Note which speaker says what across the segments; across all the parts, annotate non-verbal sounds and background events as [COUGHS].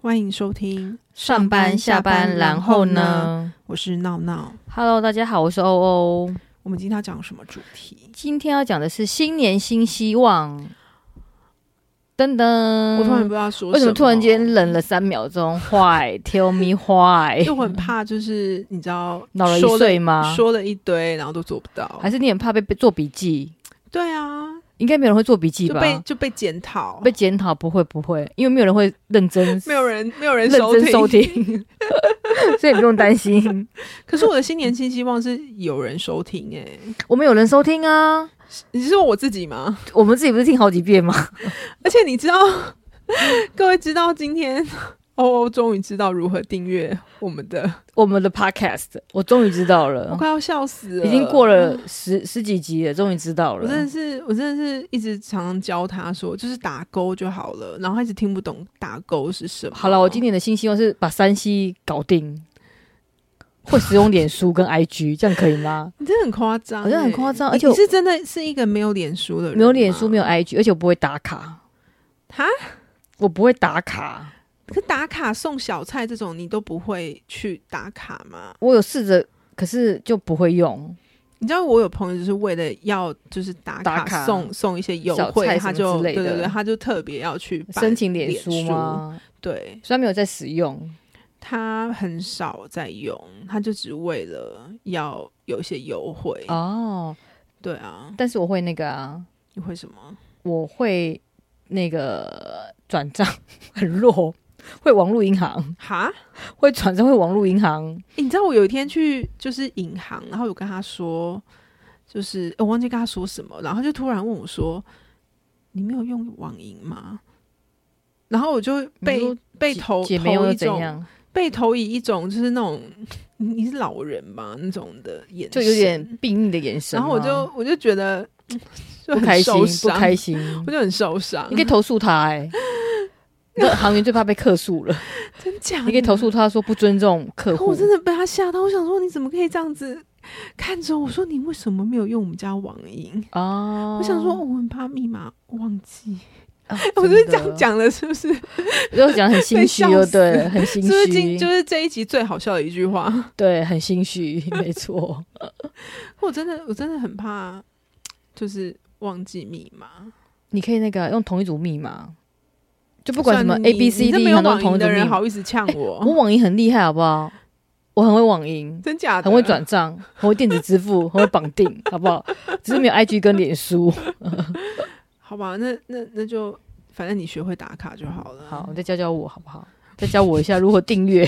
Speaker 1: 欢迎收听，
Speaker 2: 上班下班，然后呢
Speaker 1: 我是闹闹。
Speaker 2: ？Hello，大家好，我是欧欧。
Speaker 1: 我们今天要讲什么主题？
Speaker 2: 今天要讲的是新年新希望。噔噔，
Speaker 1: 我突然不知道说
Speaker 2: 嗯为什么突然间
Speaker 1: 冷
Speaker 2: 冷了三秒钟？Why? Tell me why？ [LAUGHS]
Speaker 1: 因为我很怕，就是你知道，
Speaker 2: 脑了一
Speaker 1: 说
Speaker 2: 岁吗？
Speaker 1: 说了一堆，然后都做不到。
Speaker 2: 还是你很怕被被做笔记？
Speaker 1: 对啊，
Speaker 2: 应该没有人会做笔记
Speaker 1: 就
Speaker 2: 吧？
Speaker 1: 被就被检讨，
Speaker 2: 被检讨不会不会，因为 [LAUGHS] 没有人会认真
Speaker 1: 没有人没有人
Speaker 2: 认真收
Speaker 1: 收。
Speaker 2: [LAUGHS] 听，所以不用担心，
Speaker 1: [LAUGHS] 可是我的新年新希望是有人收听、欸，哎，
Speaker 2: 我们有人收听啊。
Speaker 1: 你是说我自己
Speaker 2: [LAUGHS]
Speaker 1: 吗？
Speaker 2: 我们自己不是听好几遍吗？
Speaker 1: 而且你知道， [LAUGHS] 各位知道今天 [LAUGHS] 欧欧终于知道如何订阅我们的，
Speaker 2: 我们的 podcast，我终于知道
Speaker 1: 我
Speaker 2: 了，
Speaker 1: 快要笑死了，
Speaker 2: 哦已经过。了十十几集了，终于知道
Speaker 1: 我真
Speaker 2: 了
Speaker 1: 的。是，我真的是一直常常教他说，就是打勾就好了，然后他一直听不懂打勾是什么。
Speaker 2: 好了，我今年的新希望是把山西搞定，会使用脸书跟 IG，这样 [LAUGHS] 可以吗？
Speaker 1: 你真的很夸张、欸，
Speaker 2: 好像很夸张
Speaker 1: 你
Speaker 2: 而且
Speaker 1: 你
Speaker 2: 我
Speaker 1: 是真的是一个没有脸书的人，
Speaker 2: 没有脸书，没
Speaker 1: 有
Speaker 2: 有 IG，而且我不会打卡，
Speaker 1: 哈。
Speaker 2: 我不会打卡。
Speaker 1: 可打卡送小菜这种，你都不会去打卡吗？
Speaker 2: 我有试着，可是就不会用
Speaker 1: 你知道我有朋友就是为了要就是打卡
Speaker 2: 打卡
Speaker 1: 送送一些优
Speaker 2: 小
Speaker 1: 惠，
Speaker 2: 菜
Speaker 1: 他
Speaker 2: 什么
Speaker 1: 就
Speaker 2: 之
Speaker 1: 对
Speaker 2: 类的
Speaker 1: 对对，他就特别要去办
Speaker 2: 申请脸
Speaker 1: 脸
Speaker 2: 书吗？
Speaker 1: 对
Speaker 2: 虽然没有在使用，
Speaker 1: 他很少在用，他就只为了要有一些优惠。
Speaker 2: 哦，
Speaker 1: 对啊，
Speaker 2: 但是我会那个啊，
Speaker 1: 你会什么？
Speaker 2: 我会那个转账很弱，会网络银行。
Speaker 1: 哈、
Speaker 2: 会转成会网络银行，
Speaker 1: 欸你知道我有一天去就是银行，然后我跟他说，就是、呃我忘记跟他说什么，然后他就突然问我说：“你没有用网银吗？”然后我就被
Speaker 2: 你说
Speaker 1: 被
Speaker 2: 姐
Speaker 1: 投
Speaker 2: 姐妹又
Speaker 1: 投哦一
Speaker 2: 怎
Speaker 1: 种
Speaker 2: 样？
Speaker 1: 被投以一种就是那种你你是老人吧那种的眼神，
Speaker 2: 就有点，病逆的眼神
Speaker 1: 然
Speaker 2: 吗。
Speaker 1: 后我就我就觉得嗯就很
Speaker 2: 不开心，
Speaker 1: 受
Speaker 2: 不
Speaker 1: 伤
Speaker 2: 开心。
Speaker 1: [LAUGHS] 我就很受伤
Speaker 2: 你可。以投诉他
Speaker 1: [LAUGHS]
Speaker 2: 哎、那行员最怕被客诉了，
Speaker 1: 真假的？
Speaker 2: 你可以投诉他说不尊重客
Speaker 1: 可
Speaker 2: 户
Speaker 1: 啊我。真的被他吓到，我想说你怎么可以这样子看着我说你为什么没有用我们家网银？
Speaker 2: 哦，
Speaker 1: 我想说，我很怕密码忘记，
Speaker 2: 啊，
Speaker 1: [LAUGHS] 我就是这样
Speaker 2: 真的，
Speaker 1: 讲了，是不是？是
Speaker 2: 我就是讲很心虚，
Speaker 1: 被笑
Speaker 2: 就
Speaker 1: 死
Speaker 2: 对了，很心
Speaker 1: 不是今
Speaker 2: 虚，
Speaker 1: 就是这一集最好笑的一句话？ [LAUGHS]
Speaker 2: 对，很心虚， [LAUGHS] 没错。
Speaker 1: 我真的我真的很怕，就是忘记密码。
Speaker 2: 你可以那个用同一组密码，就不管什么
Speaker 1: 算你
Speaker 2: A B C
Speaker 1: 你这
Speaker 2: D，
Speaker 1: 没有
Speaker 2: 很多
Speaker 1: 网
Speaker 2: 同
Speaker 1: 银
Speaker 2: 一组
Speaker 1: 的
Speaker 2: 密
Speaker 1: 人
Speaker 2: 码。哎
Speaker 1: 好意思呛
Speaker 2: 我
Speaker 1: 我，
Speaker 2: 网银很厉害，好不好？我很会网银，
Speaker 1: 真假的？
Speaker 2: 很会转账，很会电子支付，很会绑定，好不 [LAUGHS] 好？只是没有 IG 跟脸书。
Speaker 1: 好吧，那那那就反正你学会打卡就好了。
Speaker 2: 好，再教教我好不好？再教我一下如何订阅。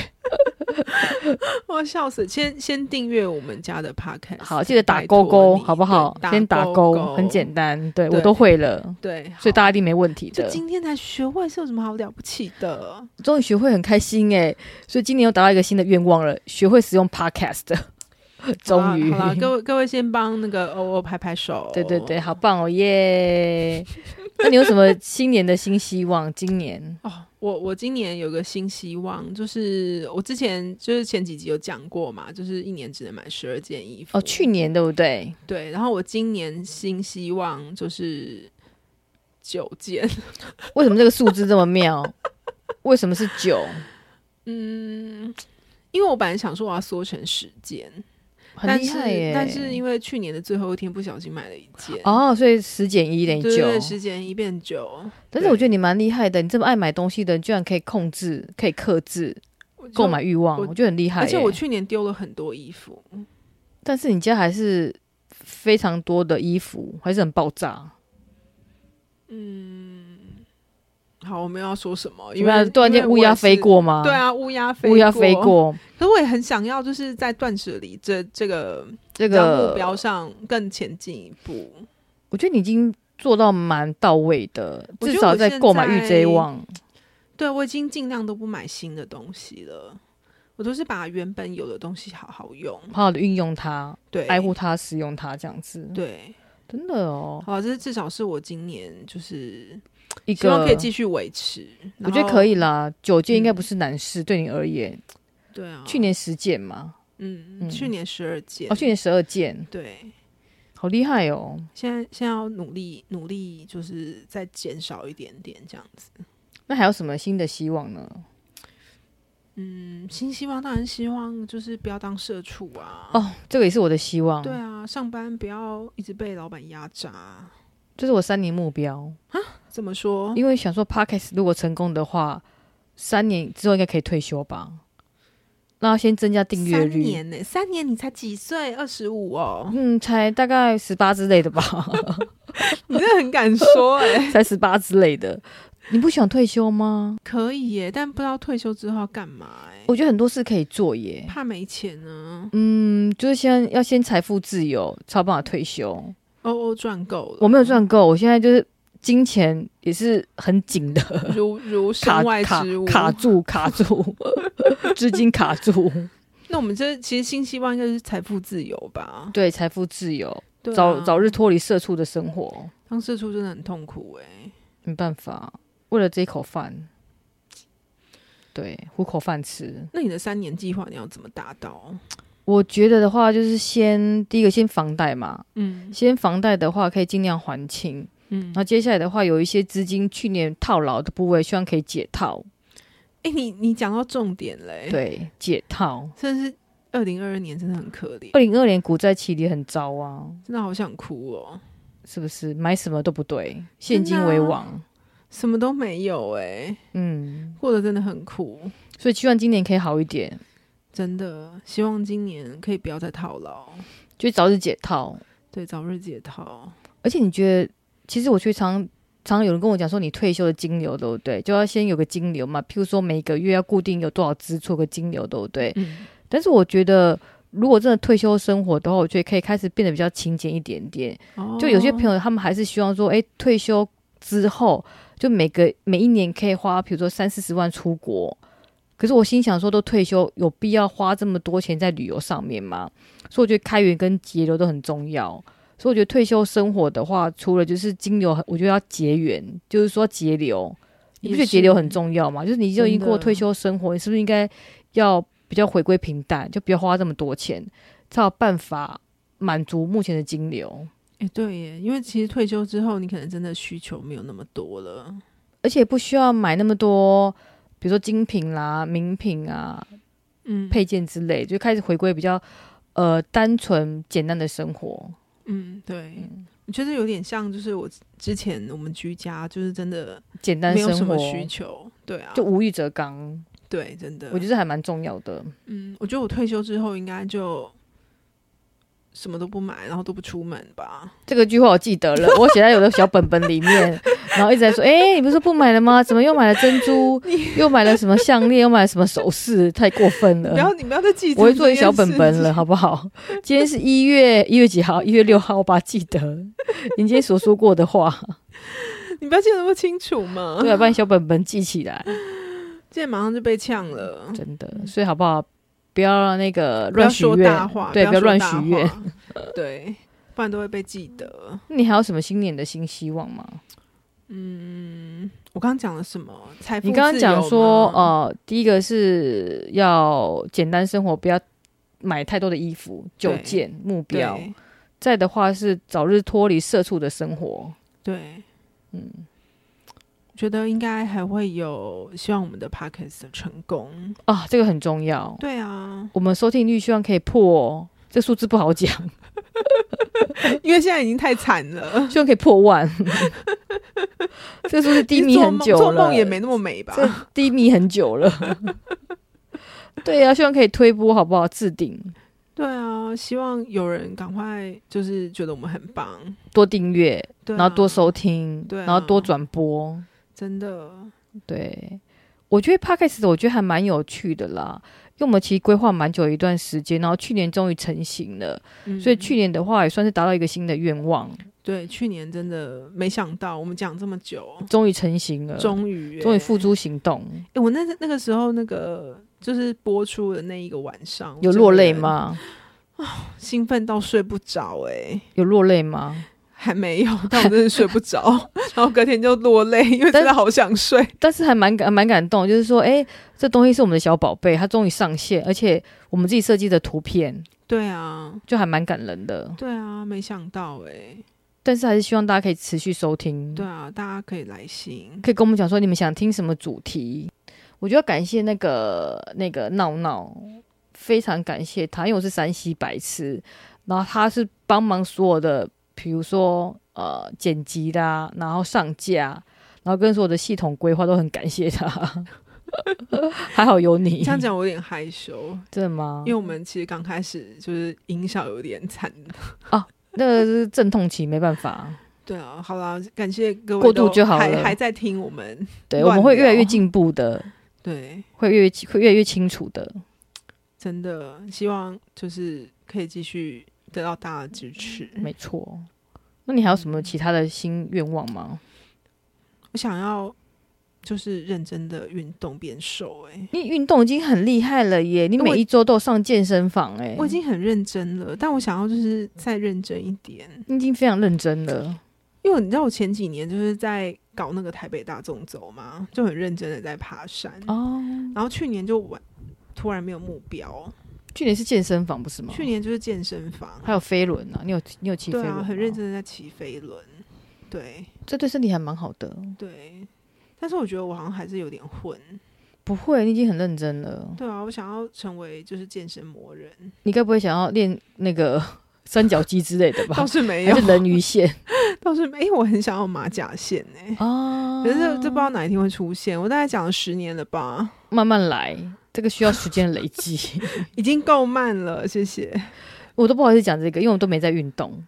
Speaker 1: 我要笑死！先先订阅我们家的 podcast，
Speaker 2: [LAUGHS] 好，记得打
Speaker 1: 拜托
Speaker 2: 勾勾，
Speaker 1: 你
Speaker 2: 好不好？
Speaker 1: 对
Speaker 2: 先打
Speaker 1: 勾
Speaker 2: 勾，很简单。对
Speaker 1: 对
Speaker 2: 我都会了，
Speaker 1: 对，
Speaker 2: 所以大
Speaker 1: 家
Speaker 2: 家一定没问题
Speaker 1: 就
Speaker 2: 的。
Speaker 1: 今天才学会是有什么好了不起的？
Speaker 2: 终于学会，很开心哎！所以今年又达到一个新的愿望了，学会使用 Podcast。终于，
Speaker 1: 好
Speaker 2: [LAUGHS]
Speaker 1: 了，各位各位先帮那个欧欧拍拍手。
Speaker 2: 对对对，好棒哦 [LAUGHS] 耶！那你有什么新年的新希望？今年
Speaker 1: 哦，我我今年有个新希望，就是我之前就是前几集有讲过嘛，就是一年只能买十二件衣服。
Speaker 2: 哦，去年对不对？
Speaker 1: 对，然后我今年新希望就是九件。
Speaker 2: 为什么这个数字这么妙？ [LAUGHS] 为什么是九？
Speaker 1: 嗯，因为我本来想说我要缩成十件，
Speaker 2: 很
Speaker 1: 但
Speaker 2: 厉
Speaker 1: 是
Speaker 2: 害耶！
Speaker 1: 但是因为去年的最后一天不小心买了一件，
Speaker 2: 哦，所以十减一等于
Speaker 1: 对对
Speaker 2: 九。
Speaker 1: 对，十件一变九。
Speaker 2: 但是我
Speaker 1: 对
Speaker 2: 觉得你蛮厉害的，你这么爱买东西的人，居然可以控制、可以克制
Speaker 1: 我就
Speaker 2: 购买，欲望，
Speaker 1: 我
Speaker 2: 我觉得很厉害
Speaker 1: 而
Speaker 2: 耶。
Speaker 1: 且我去年丢了很多衣服，
Speaker 2: 但是你家还是非常多的衣服，还是很爆炸。
Speaker 1: 好，我没有要说什么，
Speaker 2: 你
Speaker 1: 因为
Speaker 2: 啊们突然间乌鸦飞，过吗？
Speaker 1: 因为我也是对，啊，乌鸦飞
Speaker 2: 乌鸦飞。过，
Speaker 1: 可是我也很想要，就是在断舍离这这个这
Speaker 2: 这
Speaker 1: 个
Speaker 2: 个
Speaker 1: 目标上更前进一步。
Speaker 2: 我觉得你已经做到蛮到位的，
Speaker 1: 我觉得
Speaker 2: 至少
Speaker 1: 我
Speaker 2: 在
Speaker 1: 现
Speaker 2: 购买欲这一
Speaker 1: 在
Speaker 2: 望。
Speaker 1: 对我已经尽量都不买新的东西了，我都是把原本有的东西好好用，
Speaker 2: 好好的运用它，
Speaker 1: 对，
Speaker 2: 爱护它，使用它，这样子，
Speaker 1: 对，
Speaker 2: 真的哦，
Speaker 1: 好，这至少是我今年就是
Speaker 2: 一
Speaker 1: 希望
Speaker 2: 个
Speaker 1: 可以继续维持。
Speaker 2: 我觉得可
Speaker 1: 以，
Speaker 2: 以啦，九件应该
Speaker 1: 嗯
Speaker 2: 不是难事，对你而言，
Speaker 1: 对啊，
Speaker 2: 去年十件嘛，
Speaker 1: 嗯，
Speaker 2: 嗯
Speaker 1: 去年十二件，
Speaker 2: 哦，去年十二件，
Speaker 1: 对，
Speaker 2: 好厉害哦！
Speaker 1: 现在现在要努力努力，就是再减少一点点这样子。
Speaker 2: 那还有什么新的希望呢？
Speaker 1: 嗯，新希望当然希望就是不要当社畜啊。
Speaker 2: 哦，这个也是我的希望，
Speaker 1: 对啊，上班不要一直被老板压榨。
Speaker 2: 这是我三年目标，
Speaker 1: 怎么说？
Speaker 2: 因为想说 podcast 如果成功的话，三年之后应该可以退休吧？那要先增加订阅
Speaker 1: 三
Speaker 2: 率，
Speaker 1: 年呢、三年你才几岁？二十五
Speaker 2: [LAUGHS]
Speaker 1: 哦，
Speaker 2: 嗯，才大概十八之
Speaker 1: [LAUGHS]
Speaker 2: 类的吧，
Speaker 1: 你真的很敢说哎、
Speaker 2: 才十八之类的。你不想退休吗？
Speaker 1: 可以耶、但不知道退休之后要干嘛哎、
Speaker 2: 我觉得很多事可以做耶。
Speaker 1: 怕没钱啊呢、
Speaker 2: 嗯，就是先要先财富自由，才有办法退休。
Speaker 1: 欧欧赚够了，
Speaker 2: 我没有赚够，我现在就是金钱也是很紧的，
Speaker 1: [LAUGHS]
Speaker 2: [LAUGHS]
Speaker 1: 如如身
Speaker 2: 卡
Speaker 1: 外
Speaker 2: 卡
Speaker 1: 之物
Speaker 2: 卡住卡住， [LAUGHS] 资金卡住。
Speaker 1: 那我们这其实新希望应该是财富自由吧？
Speaker 2: 对，财富自由，
Speaker 1: 对啊
Speaker 2: 早早日脱离社畜的生活，
Speaker 1: 当社畜真的很痛苦哎、
Speaker 2: 没办法，为了这一口饭，对，糊口饭吃。
Speaker 1: 那你的三年计划你要怎么达到？
Speaker 2: 我觉得的话，就是先第一个先房贷嘛，
Speaker 1: 嗯
Speaker 2: 先房贷的话可以尽量还清，
Speaker 1: 嗯
Speaker 2: 然，后接下来的话有一些资金去年套牢的部位，希望可以解套，
Speaker 1: 哎、你你讲到重点嘞、，
Speaker 2: 对，解套。
Speaker 1: 真的是二零二二年真的很可怜
Speaker 2: 二，零二年股债期离很糟啊，
Speaker 1: 真的好想哭哦，
Speaker 2: 是不是？买什么都不对，现金为王。
Speaker 1: 什么都没有哎、
Speaker 2: 嗯，
Speaker 1: 过得真的很苦，
Speaker 2: 所以希望今年可以好一点，
Speaker 1: 真的希望今年可以不要再套牢，
Speaker 2: 就早日解套。
Speaker 1: 对，早日解套。
Speaker 2: 而且你觉得，其实我去常常有人跟我讲说，你退休的金流对不对？就要先有个金流嘛，譬如说每个月要固定有多少支出有个金流对不对？
Speaker 1: 嗯，
Speaker 2: 但是我觉得，如果真的退休生活的话，我觉得可以开始变得比较勤俭一点点。
Speaker 1: 哦
Speaker 2: 嗯就有些朋友他们还是希望说，哎、退休之后就每个每一年可以花，比如说三四十万出国。可是我心想说，都退休有必要花这么多钱在旅游上面吗？所以我觉得开源跟节流都很重要。所以我觉得退休生活的话，除了就是金流，我觉得要节源，就是说节流。你不觉得节流很重要吗？就是你就已经
Speaker 1: 真的
Speaker 2: 过退休生活，你是不是应该要比较回归平淡，就不要花这么多钱，才有办法满足目前的金流？
Speaker 1: 哎、对耶，因为其实退休之后，你可能真的需求没有那么多了。
Speaker 2: 而且不需要买那么多，比如说精品啦、名品啊、
Speaker 1: 嗯
Speaker 2: 配件之类，就开始回归比较呃单纯简单的生活。
Speaker 1: 嗯，对
Speaker 2: 嗯，
Speaker 1: 我觉得有点像，就是我之前我们居家，就是真的
Speaker 2: 简单
Speaker 1: 没有
Speaker 2: 生
Speaker 1: 什么
Speaker 2: 活
Speaker 1: 需求，对啊，
Speaker 2: 就无欲则刚，
Speaker 1: 对，真的，
Speaker 2: 我觉得这还蛮重要的。
Speaker 1: 嗯，我觉得我退休之后应该就什么都不买，然后都不出门吧。
Speaker 2: 这个句话我记得了， [LAUGHS] 我写在我的小本本里面，然后一直在说：“哎、你不是不买了吗？怎么又买了珍
Speaker 1: [LAUGHS]
Speaker 2: 珠，又买了什么项链，又买了什么首饰？太过分了！”
Speaker 1: 不要，你不要再记，
Speaker 2: 嗯我会做一小本本了，。好不好？今天是一月一月几号？一月六号，我把它记得。你今天所说过的话，
Speaker 1: [LAUGHS] 你不要记得那么清楚 [LAUGHS] 嘛，
Speaker 2: 对啊，把你小本本记
Speaker 1: [LAUGHS]
Speaker 2: 起来，
Speaker 1: 现在马上就被呛了。
Speaker 2: 真的。所以好不好？不要让那个
Speaker 1: 不要
Speaker 2: 乱许
Speaker 1: 说大
Speaker 2: 愿
Speaker 1: 话，，
Speaker 2: 对，
Speaker 1: 不
Speaker 2: 不要
Speaker 1: 说
Speaker 2: 乱
Speaker 1: 大
Speaker 2: 许愿。
Speaker 1: 话， [LAUGHS] 对，不然都会被记得。
Speaker 2: [LAUGHS] 你还有什么新年的新希望吗？
Speaker 1: 哎嗯我刚刚讲了什么？财富
Speaker 2: 你刚刚
Speaker 1: 自
Speaker 2: 讲
Speaker 1: 由
Speaker 2: 说，
Speaker 1: 吗，
Speaker 2: 呃，第一个是要简单生活，不要买太多的衣服、
Speaker 1: 对
Speaker 2: 九件目
Speaker 1: 对
Speaker 2: 标。再的话是早日脱离社畜的生活。
Speaker 1: 对，
Speaker 2: 嗯，
Speaker 1: 我觉得应该还会有希望我们的 podcast 的成功。
Speaker 2: 啊，这个很重要。
Speaker 1: 对啊，
Speaker 2: 我们收听率希望可以破，这数字不好讲，
Speaker 1: [COUGHS]
Speaker 2: [LAUGHS]
Speaker 1: 因为现在已经太惨
Speaker 2: [LAUGHS]
Speaker 1: 了，
Speaker 2: 希望可以破
Speaker 1: [LAUGHS]
Speaker 2: 万。这数字低迷很久了，
Speaker 1: 做梦做梦也没那么美吧？
Speaker 2: 这低迷很久
Speaker 1: [LAUGHS]
Speaker 2: 了。对啊呀、希望可以推波，好不好？置顶
Speaker 1: 对啊，希望有人赶快就是觉得我们很棒，
Speaker 2: 多订阅，
Speaker 1: 对啊、
Speaker 2: 然后多收听，
Speaker 1: 对啊
Speaker 2: 然后多转播。
Speaker 1: 真的，
Speaker 2: 对，我觉得 podcast 我觉得还蛮有趣的啦，因为我们其实规划蛮久一段时间，然后去年终于成型了，
Speaker 1: 嗯
Speaker 2: 所以去年的话也算是达到一个新的愿望，
Speaker 1: 对去年真的没想到，我们讲这么久，
Speaker 2: 终于成型了，
Speaker 1: 终于、欸、
Speaker 2: 呃终于付诸行动。
Speaker 1: 欸我那那个时候那个就是播出的那一个晚上，
Speaker 2: 有
Speaker 1: 我
Speaker 2: 落泪
Speaker 1: 整个人？
Speaker 2: 吗？
Speaker 1: 兴奋到睡不着、欸，
Speaker 2: 有落泪吗？
Speaker 1: 还没有， [LAUGHS] 但我真的睡不着， [LAUGHS] 然后隔天就落泪，因为真的好想睡。
Speaker 2: 但是还蛮感蛮感动，就是说，哎、这东西是我们的小宝贝，它终于上线，而且我们自己设计的图片
Speaker 1: 对啊，
Speaker 2: 就还蛮感人的。
Speaker 1: 对啊，没想到哎、
Speaker 2: 但是还是希望大家可以持续收听，
Speaker 1: 对，啊，大家可以来信，
Speaker 2: 可以跟我们讲说你们想听什么主题。我就要感谢那个那个闹闹，非常感谢他，因为我是山西白痴，然后他是帮忙所有的，比如说呃剪辑啦、然后上架，然后跟所有的系统规划都很感谢他。 [LAUGHS] 还好有你，
Speaker 1: 这样讲我有点害羞，
Speaker 2: 真的吗？
Speaker 1: 因为我们其实刚开始就是音效有点惨。
Speaker 2: 那个是阵痛期，没办法。
Speaker 1: 对啊，好啦，感谢各位
Speaker 2: 过渡
Speaker 1: 都
Speaker 2: 就好
Speaker 1: 还
Speaker 2: 了
Speaker 1: 还在听我们，
Speaker 2: 对，
Speaker 1: 乱
Speaker 2: 我们会
Speaker 1: 聊
Speaker 2: 越来越进步的，
Speaker 1: 对，
Speaker 2: 会越会越来越清楚的。
Speaker 1: 真的希望就是可以继续得到大家的支持。
Speaker 2: 没错。那你还有什么其他的新愿望吗？
Speaker 1: 我想要就是认真的运动变瘦、欸，
Speaker 2: 你运动已经很厉害了耶，你
Speaker 1: 我
Speaker 2: 每一周都有上健身房哎，
Speaker 1: 我已经很认真了，但我想要就是再认真一点，
Speaker 2: 你已经非常认真了。
Speaker 1: 因为你知道我前几年就是在搞那个台北大众走嘛，就很认真的在爬山，
Speaker 2: 哦，
Speaker 1: 然后去年就完突然没有目标，
Speaker 2: 去年是健身房不是吗？
Speaker 1: 去年就是健身房，
Speaker 2: 哦还有飞轮啊，你有你有骑飞
Speaker 1: 对
Speaker 2: 轮哦吗、
Speaker 1: 啊，很认真的在骑飞轮，对
Speaker 2: 这对身体还蛮好的。
Speaker 1: 对，但是我觉得我好像还是有点混，
Speaker 2: 不会，你已经很认真了。
Speaker 1: 对啊，我想要成为就是健身魔人，
Speaker 2: 你该不会想要练那个 [LAUGHS] 三角肌之类的吧
Speaker 1: 倒？是没
Speaker 2: 还
Speaker 1: 有
Speaker 2: 是，人鱼线
Speaker 1: [LAUGHS] 倒是没，因为我很想要马甲线哎、
Speaker 2: 哦
Speaker 1: 可是这这不知道哪一天会出现，我大概讲了十年了吧，
Speaker 2: 慢慢来，这个需要时间累积。 [LAUGHS]
Speaker 1: 已经够慢了，谢谢。
Speaker 2: 我都不好意思讲这个，因为我都没在运动。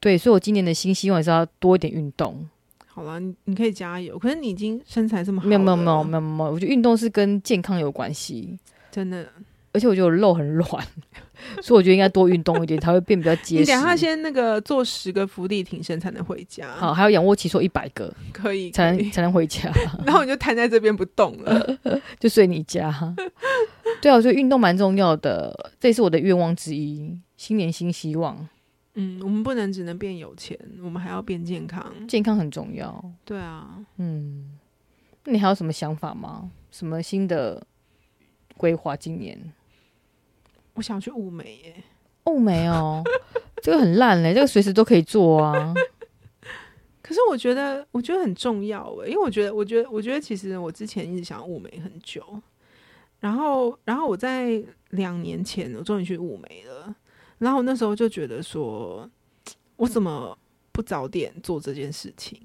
Speaker 2: 对，所以我今年的新希望也是要多一点运动。
Speaker 1: 好了，你你可以加油，可是你已经身材这么好了，
Speaker 2: 没有没有没有没有没有，我觉得运动是跟健康有关系，
Speaker 1: 真的。
Speaker 2: 而且我觉得我肉很软， [LAUGHS] 所以我觉得应该多运动一点，才会变比较结
Speaker 1: 你
Speaker 2: 实。
Speaker 1: 等一下先那个做十个伏地挺身才能回家，
Speaker 2: 好，，还有仰卧起坐一百个
Speaker 1: 可以，
Speaker 2: 才
Speaker 1: [LAUGHS] 可
Speaker 2: 能
Speaker 1: 以
Speaker 2: 才能呃回家，
Speaker 1: 然后你就瘫在这边不动了。
Speaker 2: 就睡你家。对啊，我觉得运动蛮重要的，这也是我的愿望之一。新年新希望，
Speaker 1: 嗯，我们不能只能变有钱，我们还要变健康。
Speaker 2: 健康很重要。
Speaker 1: 对啊，
Speaker 2: 嗯，那你还有什么想法吗？什么新的规划？今年
Speaker 1: 我想去物美耶，
Speaker 2: 哦，没哦，这个很烂嘞，这个随时都可以做啊。
Speaker 1: 可是我觉得我觉得很重要欸诶，因为我觉得我觉得我觉得其实我之前一直想要物美很久，然后然后我在两年前我终于去物美了，然后我那时候就觉得说，我怎么不早点做这件事情？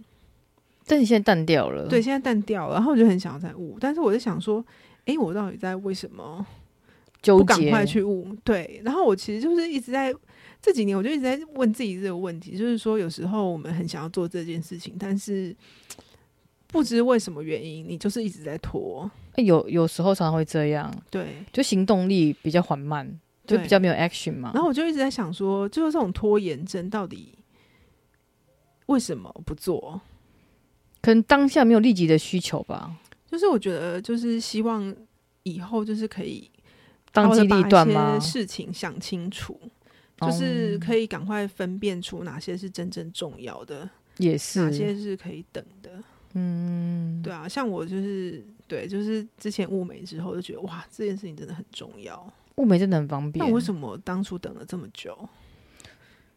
Speaker 2: 但你现在淡掉了，
Speaker 1: 对，，现在淡掉了，然后我就很想要再悟，但是我就想说，诶，我到底在为什么
Speaker 2: 纠
Speaker 1: 不赶
Speaker 2: 结
Speaker 1: 快去悟？对，然后我其实就是一直在这几年，我就一直在问自己这个问题，就是说有时候我们很想要做这件事情，但是不知为什么原因，你就是一直在拖，
Speaker 2: 哎有有时候常常会这样，
Speaker 1: 对。
Speaker 2: 就行动力比较缓慢，就
Speaker 1: 对
Speaker 2: 比较没有 action 嘛。
Speaker 1: 然后我就一直在想说，就是这种拖延症到底为什么不做？
Speaker 2: 可能当下没有立即的需求吧，
Speaker 1: 就是我觉得，就是希望以后就是可以
Speaker 2: 当
Speaker 1: 好
Speaker 2: 机
Speaker 1: 地
Speaker 2: 立
Speaker 1: 把一
Speaker 2: 断
Speaker 1: 些
Speaker 2: 吗？
Speaker 1: 事情想清楚，就是
Speaker 2: 哦
Speaker 1: 可以赶快分辨出哪些是真正重要的，
Speaker 2: 也是
Speaker 1: 哪，些是可以等的。
Speaker 2: 嗯，
Speaker 1: 对啊，像我就是对，就是之前物美之后就觉得哇，这件事情真的很重要。
Speaker 2: 物美真的很方便
Speaker 1: 那。为什么当初等了这么久？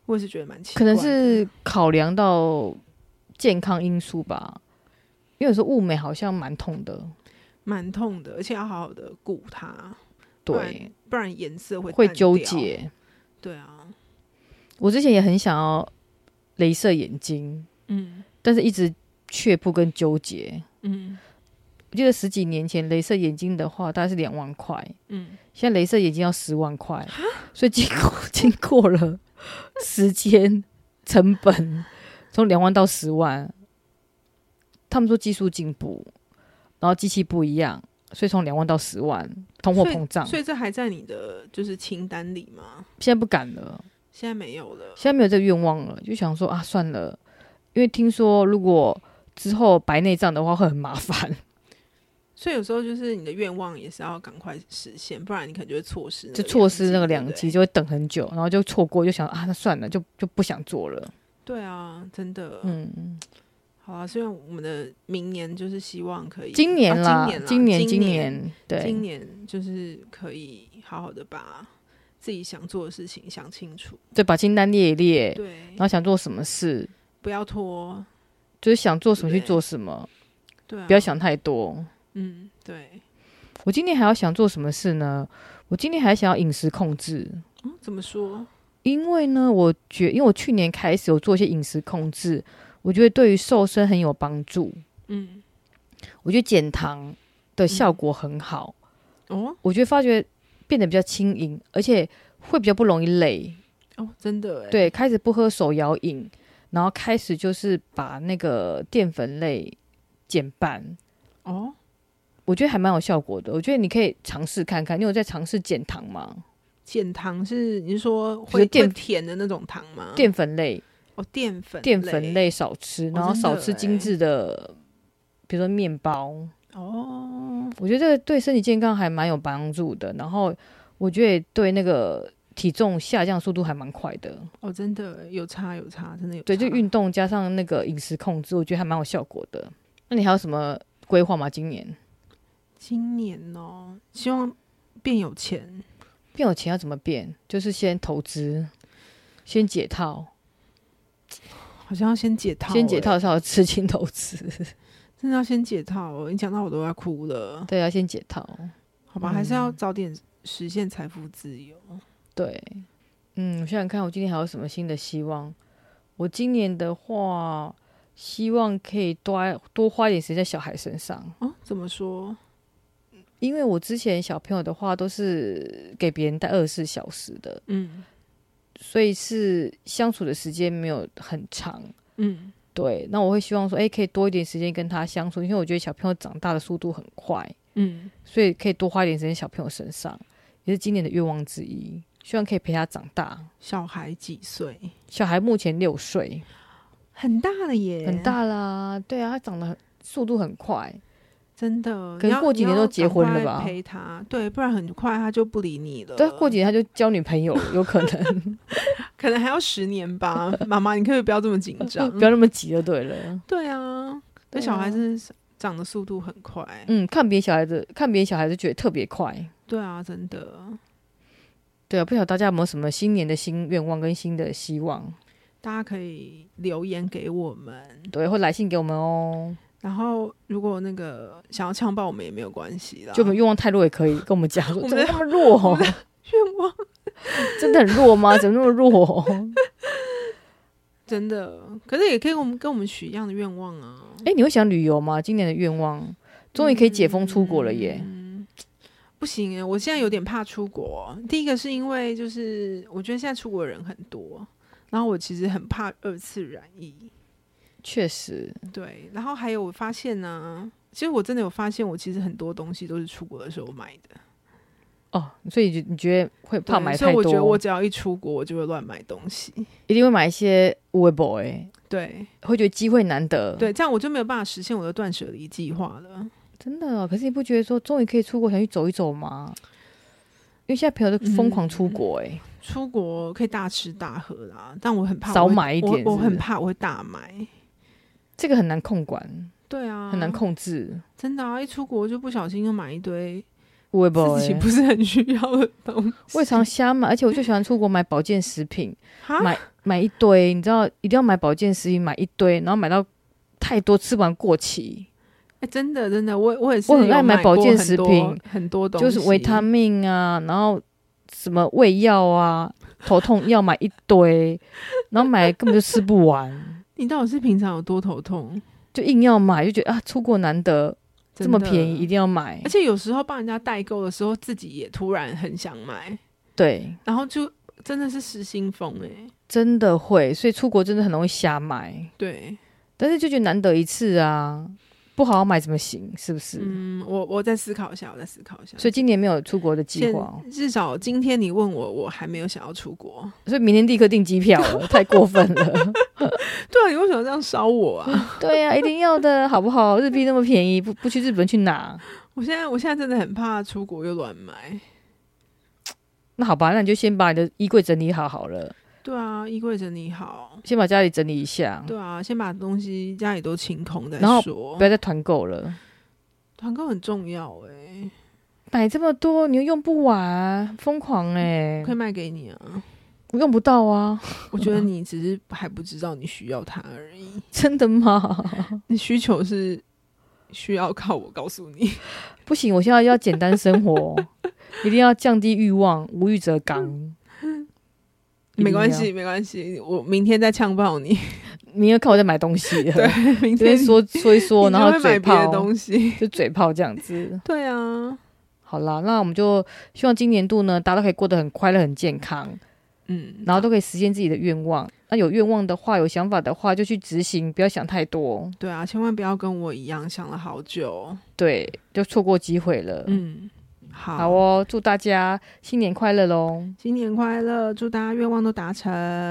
Speaker 1: 我也是觉得蛮奇
Speaker 2: 可
Speaker 1: 怪的，
Speaker 2: 能是考量到健康因素吧，因为有时候物美好像蛮痛的，
Speaker 1: 蛮痛的，而且要好好的顾它，不
Speaker 2: 对
Speaker 1: 然，不然颜色会
Speaker 2: 会
Speaker 1: 淡
Speaker 2: 纠
Speaker 1: 掉。
Speaker 2: 结。
Speaker 1: 对啊，
Speaker 2: 我之前也很想要镭射眼睛，
Speaker 1: 嗯
Speaker 2: 但是一直却步跟纠结。
Speaker 1: 嗯
Speaker 2: 我记得十几年前镭射眼睛的话，大概是两万块，
Speaker 1: 嗯，
Speaker 2: 现在镭射眼睛要十万块，所以经过经过了时间成本，从两万到十万，他们说技术进步，然后机器不一样，所以从两万到十万，通货
Speaker 1: 所以
Speaker 2: 膨胀，
Speaker 1: 所
Speaker 2: 现
Speaker 1: 以这还在你的就是清单里吗？
Speaker 2: 在不敢了，
Speaker 1: 现在没有了。
Speaker 2: 现在没有这个愿望了，就想说啊，算了，因为听说如果之后白内障的话会很麻烦，
Speaker 1: 所以有时候就是你的愿望也是要赶快实现，不然你可能就会错失那个
Speaker 2: 就错失那个
Speaker 1: 良
Speaker 2: 两
Speaker 1: 机对
Speaker 2: 期，
Speaker 1: 不
Speaker 2: 就会等很久，然后就错过，就想啊，那算了，就就不想做了，
Speaker 1: 对对啊，真的，嗯，
Speaker 2: 嗯。
Speaker 1: 好啊。虽然我们的明年就是希望可以，
Speaker 2: 今年啦
Speaker 1: 啊，今
Speaker 2: 今
Speaker 1: 年啦，
Speaker 2: 今
Speaker 1: 今
Speaker 2: 年，
Speaker 1: 今
Speaker 2: 对，
Speaker 1: 年就是可以好好的把自己想做的事情想清楚，
Speaker 2: 对，把清单列一列，
Speaker 1: 对
Speaker 2: 然，后想做什么事，
Speaker 1: 不要拖，
Speaker 2: 就是想做什么去
Speaker 1: 对
Speaker 2: 做什么，
Speaker 1: 对、啊，
Speaker 2: 不要想太多。
Speaker 1: 嗯，对，
Speaker 2: 我今年还要想做什么事呢？我今年还想要饮食控制，
Speaker 1: 嗯，怎么说？
Speaker 2: 因为呢，我觉因为我去年开始有做一些饮食控制，我觉得对于瘦身很有帮助。
Speaker 1: 嗯，
Speaker 2: 我觉得减糖的效果很好，
Speaker 1: 哦
Speaker 2: 我觉得发觉变得比较轻盈，而且会比较不容易累。
Speaker 1: 哦，真的哎，，
Speaker 2: 对，开始不喝手摇饮，然后开始就是把那个淀粉类减半，
Speaker 1: 哦，
Speaker 2: 我觉得还蛮有效果的。我觉得你可以尝试看看，你有在尝试减糖吗？
Speaker 1: 减糖是你是说
Speaker 2: 就
Speaker 1: 会
Speaker 2: 是淀
Speaker 1: 会甜的那种糖吗？
Speaker 2: 淀粉类，
Speaker 1: 哦，淀粉哦
Speaker 2: 淀粉类少吃，然后
Speaker 1: 真的
Speaker 2: 少吃精致的，比如说面包。
Speaker 1: 哦，
Speaker 2: 我觉得这个对身体健康还蛮有帮助的。然后我觉得也对那个体重下降速度还蛮快的。
Speaker 1: 哦，真的有差有差，真的有
Speaker 2: 对，就
Speaker 1: 差
Speaker 2: 运动加上那个饮食控制，我觉得还蛮有效果的。那你还有什么规划吗？今年
Speaker 1: 今年哦，希望变有钱。
Speaker 2: 变有钱要怎么变？就是先投资，先解套，
Speaker 1: 好像要先解套、
Speaker 2: 先解
Speaker 1: 欸，
Speaker 2: 套是要吃进投资。 [LAUGHS]
Speaker 1: 真的要先解套、哦。你讲到我都要哭了，
Speaker 2: 对，要先解套。
Speaker 1: 好
Speaker 2: 嗯
Speaker 1: 吧，还是要早点实现财富自由。
Speaker 2: 对，嗯，我想想看，我今年还有什么新的希望？我今年的话，希望可以多多花一点时间在小孩身上，
Speaker 1: 哦，怎么说？
Speaker 2: 因为我之前小朋友的话都是给别人带二十四小时的，
Speaker 1: 嗯
Speaker 2: 所以是相处的时间没有很长。
Speaker 1: 嗯
Speaker 2: 对，那我会希望说，哎，可以多一点时间跟他相处，因为我觉得小朋友长大的速度很快，
Speaker 1: 嗯，
Speaker 2: 所以可以多花一点时间在小朋友身上，也是今年的愿望之一，希望可以陪他长大。
Speaker 1: 小孩几岁？
Speaker 2: 小孩目前六岁，
Speaker 1: 很大了耶，
Speaker 2: 很，大啦，对啊，他长得很速度很快，
Speaker 1: 真的。
Speaker 2: 可能
Speaker 1: 你要
Speaker 2: 过几年
Speaker 1: 你要
Speaker 2: 都结婚了
Speaker 1: 赶快
Speaker 2: 吧
Speaker 1: 陪他，对，不然很快他就不理你了。
Speaker 2: 但过几年他就交女朋友，有可能，
Speaker 1: 可能还要十年
Speaker 2: [LAUGHS]
Speaker 1: 吧。妈妈，你可不可以不要这么紧 [LAUGHS] 张？
Speaker 2: 不要那么急就对了。
Speaker 1: 对啊，那
Speaker 2: 对
Speaker 1: 小孩
Speaker 2: 啊
Speaker 1: 子长的速度很快。
Speaker 2: 嗯，看别人小孩子，看别人小孩子觉得特别快。
Speaker 1: 对啊，真的，
Speaker 2: 对啊，不晓得大家有没有什么新年的新愿望跟新的希望？
Speaker 1: 大家可以留言给我们。
Speaker 2: 对，或来信给我们哦。
Speaker 1: 然后，如果那个想要呛爆我们也没有关系啦，
Speaker 2: 就我们愿望太弱也可以跟我们讲，
Speaker 1: 啊我
Speaker 2: 说
Speaker 1: 们
Speaker 2: 怎么
Speaker 1: 的
Speaker 2: 那么弱？ [LAUGHS]
Speaker 1: 愿望 [LAUGHS]
Speaker 2: 真的很弱吗？怎么那么弱？ [LAUGHS]
Speaker 1: 真的，可是也可以跟我们跟我们许一样的愿望啊。
Speaker 2: 哎、你会想旅游吗？今年的愿望，终于可以解封出国了耶！
Speaker 1: 嗯不行耶我现在有点怕出国。第一个是因为就是我觉得现在出国的人很多，然后我其实很怕二次染疫。
Speaker 2: 确实，
Speaker 1: 对，然后还有我发现呢、其实我真的有发现，我其实很多东西都是出国的时候买的，
Speaker 2: 哦，所以你觉你觉得会怕
Speaker 1: 对
Speaker 2: 买
Speaker 1: 所
Speaker 2: 太
Speaker 1: 以
Speaker 2: 多？
Speaker 1: 我觉得我只要一出国，我就会乱买东西。
Speaker 2: 一定会买一些微博哎，
Speaker 1: 对
Speaker 2: 会觉得机会难得。，
Speaker 1: 对，这样我就没有办法实现我的断舍离计划了。
Speaker 2: 真的哦。可是你不觉得说终于可以出国，想去走一走吗？因为现在朋友都疯狂出国
Speaker 1: 嗯
Speaker 2: 哎、
Speaker 1: 出国可以大吃大喝啦，但我很怕我
Speaker 2: 少
Speaker 1: 会
Speaker 2: 买一点
Speaker 1: 我，我
Speaker 2: 是不是
Speaker 1: 很怕我会大买。
Speaker 2: 这个很难控管，
Speaker 1: 对啊，
Speaker 2: 很难，控制。
Speaker 1: 真的啊！一出国就不小心又买一堆
Speaker 2: 微博
Speaker 1: 自己不是很需要的东
Speaker 2: [LAUGHS]
Speaker 1: 西，
Speaker 2: 哎我也常瞎买，而且我就喜欢出国买保健食品， [LAUGHS]
Speaker 1: 哈
Speaker 2: 买买一堆，你知道一定要买保健食品，买一堆，然后买到太多，吃完过期，
Speaker 1: 哎真的真的，我我也是
Speaker 2: 我很爱
Speaker 1: 有买
Speaker 2: 买保
Speaker 1: 过
Speaker 2: 健
Speaker 1: 很
Speaker 2: 食
Speaker 1: 多
Speaker 2: 品，
Speaker 1: 很多东西
Speaker 2: 就是维他命啊，然后什么胃药啊、头痛药买一堆，然后买根本就吃不完，
Speaker 1: 你到底是平常有多头痛？
Speaker 2: 就硬要买，就觉得啊，出国难得这
Speaker 1: 真
Speaker 2: 么
Speaker 1: 的
Speaker 2: 便宜，一定要买
Speaker 1: 而。且有时候帮人家代购的时候，自己也突然很想买，
Speaker 2: 对，
Speaker 1: 然后就真的是失心疯哎、
Speaker 2: 真的会，所以出国真的很容易瞎买，
Speaker 1: 对，
Speaker 2: 但是就觉得难得一次啊，不好好买怎么行？是不是？
Speaker 1: 嗯，我我再思考一下，我再思考一下。
Speaker 2: 所以今年没有出国的计
Speaker 1: 现
Speaker 2: 划哦，
Speaker 1: 至少今天你问我，我还没有想要出国。 [LAUGHS]
Speaker 2: 所以明天立刻订机票 [LAUGHS] 了，太过分了。 [LAUGHS]
Speaker 1: 对啊，你为什么这样烧我啊？
Speaker 2: 对呀、一定要的，好不好？日币那么便宜，不不去日本去哪？
Speaker 1: [LAUGHS] 我现在我现在真的很怕出国又乱买。
Speaker 2: 那好吧，那你就先把你的衣柜整理好好了，
Speaker 1: 对啊，衣柜整理好。
Speaker 2: 先把家里整理一下，
Speaker 1: 对啊，先把东西家里都清空再
Speaker 2: 嗯然后
Speaker 1: 说
Speaker 2: 不。要再团购了。
Speaker 1: 团购很重要哎、
Speaker 2: 买这么多，你又用不完，疯狂哎、
Speaker 1: 可以卖给你啊。
Speaker 2: 我用不到啊， [LAUGHS]
Speaker 1: 我觉得你只是还不知道你需要它而已，
Speaker 2: 真的吗？
Speaker 1: 你需求是需要靠我告
Speaker 2: [LAUGHS]
Speaker 1: 诉你。
Speaker 2: 不行，我现在要简单
Speaker 1: [LAUGHS]
Speaker 2: 生活，一定要降低欲望，无欲则刚。
Speaker 1: 没关系，没关系，我明天再呛爆你。
Speaker 2: 明天看我在买东西，
Speaker 1: [LAUGHS] 对，，
Speaker 2: [LAUGHS]
Speaker 1: 明
Speaker 2: 这边
Speaker 1: 天
Speaker 2: 说说一说，
Speaker 1: 你
Speaker 2: 然
Speaker 1: 就
Speaker 2: 后
Speaker 1: 会买
Speaker 2: 嘴
Speaker 1: 别的
Speaker 2: 炮，
Speaker 1: 东西。
Speaker 2: 就嘴炮这样子。
Speaker 1: 对啊，
Speaker 2: 好啦，那我们就希望今年度呢，大家都可以过得很快乐、很健康，
Speaker 1: 嗯，
Speaker 2: 然后都可以实现自己的愿望。那有愿望的话，有想法的话，就去执行，不要想太多，
Speaker 1: 对啊，千万不要跟我一样想了好久。
Speaker 2: 对，就错过机会了。
Speaker 1: 嗯，好，
Speaker 2: 好哦，祝大家新年快乐喽！
Speaker 1: 新年快乐，祝大家愿望都达成，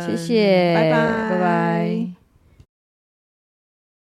Speaker 2: 谢谢，
Speaker 1: 嗯拜拜，
Speaker 2: 拜拜。